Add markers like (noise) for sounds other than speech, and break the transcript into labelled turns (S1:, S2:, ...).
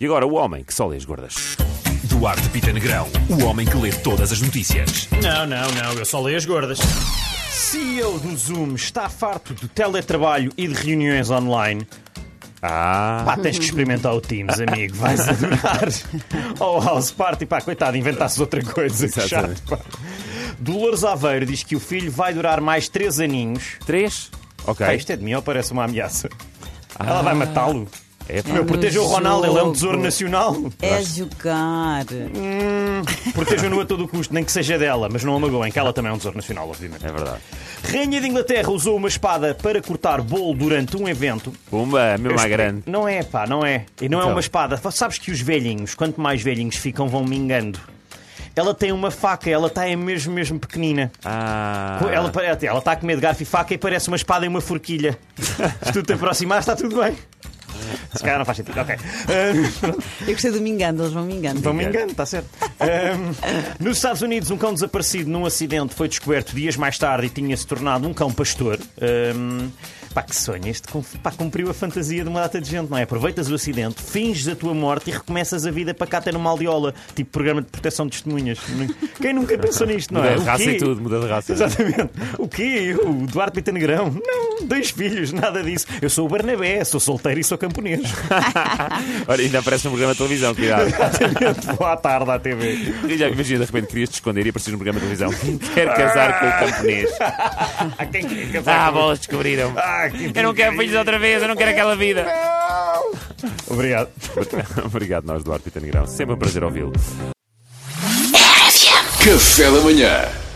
S1: E agora, o homem que só lê as gordas.
S2: Duarte Pita Negrão, o homem que lê todas as notícias.
S3: Não, não, não, eu só leio as gordas. CEO do Zoom está farto do teletrabalho e de reuniões online.
S1: Ah,
S3: Pá, tens que experimentar o Teams, amigo. (laughs) Vais adorar. Ou House Party. Pá, coitado, inventasses outra coisa. Que chato,
S1: Exatamente.
S3: pá. Dolores Aveiro diz que o filho vai durar mais três aninhos.
S1: três? Ok.
S3: Pá, isto é de mim ou parece uma ameaça? Ela vai matá-lo.
S1: É, pá.
S3: Meu, proteja o
S4: jogo.
S3: Ronaldo, ele é um tesouro nacional.
S4: É jogar.
S3: Protejam-no a todo o custo, nem que seja dela, mas não a magoem, que ela também é um tesouro nacional, obviamente.
S1: É verdade.
S3: Rainha de Inglaterra usou uma espada para cortar bolo durante um evento.
S1: Pumba,
S3: Eu
S1: mesmo à
S3: explico-
S1: grande.
S3: Não é, pá, não é. E não é
S1: Então.
S3: uma espada. Sabes que os velhinhos, quanto mais velhinhos ficam, vão mingando. Ela tem uma faca, ela está é mesmo, mesmo pequenina.
S1: Ah,
S3: Ela, pare- ela está a comer de garfo e faca e parece uma espada e
S1: (laughs)
S3: uma forquilha. Se tu te aproximar, está tudo bem.
S1: É.
S3: Se calhar não faz sentido. Ok. Ah,
S4: Eu gostei do mingando, eles vão mingando.
S3: Não me engano,
S1: tá
S3: está certo. Ahm, nos Estados Unidos, um cão desaparecido num acidente foi descoberto dias mais tarde e tinha-se tornado um cão pastor. Ahm, pá, que sonho este. com- Pá, cumpriu a fantasia de uma data de gente, não é? Aproveitas o acidente, finges a tua morte e recomeças a vida para cá ter uma aldeola. Tipo programa de proteção de testemunhas. Quem
S1: (laughs)
S3: nunca pensou nisto, não
S1: muda
S3: é?
S1: de
S3: O
S1: raça
S3: quê?
S1: e tudo, muda de raça.
S3: Exatamente. O quê? Eu, o Duarte Pita Negrão? Não, dois filhos, nada disso. Eu sou o Barnabé, sou solteiro e sou camponês. (laughs)
S1: Olha, ainda aparece num programa de televisão, cuidado.
S3: Exatamente. Boa tarde à TV.
S1: E já imagina, de repente querias te esconder e apareces num programa de televisão. (laughs) Quero casar com o camponês.
S3: Ah, quem quer
S1: Ah,
S3: casar com-
S1: bolas, descobriram.
S3: Ah, que-
S1: Eu não quero filhos outra vez, eu não quero aquela vida.
S3: Obrigado.
S1: Obrigado, nós, Duarte Pita Negrão. Sempre um prazer ouvi-lo.
S5: Café da Manhã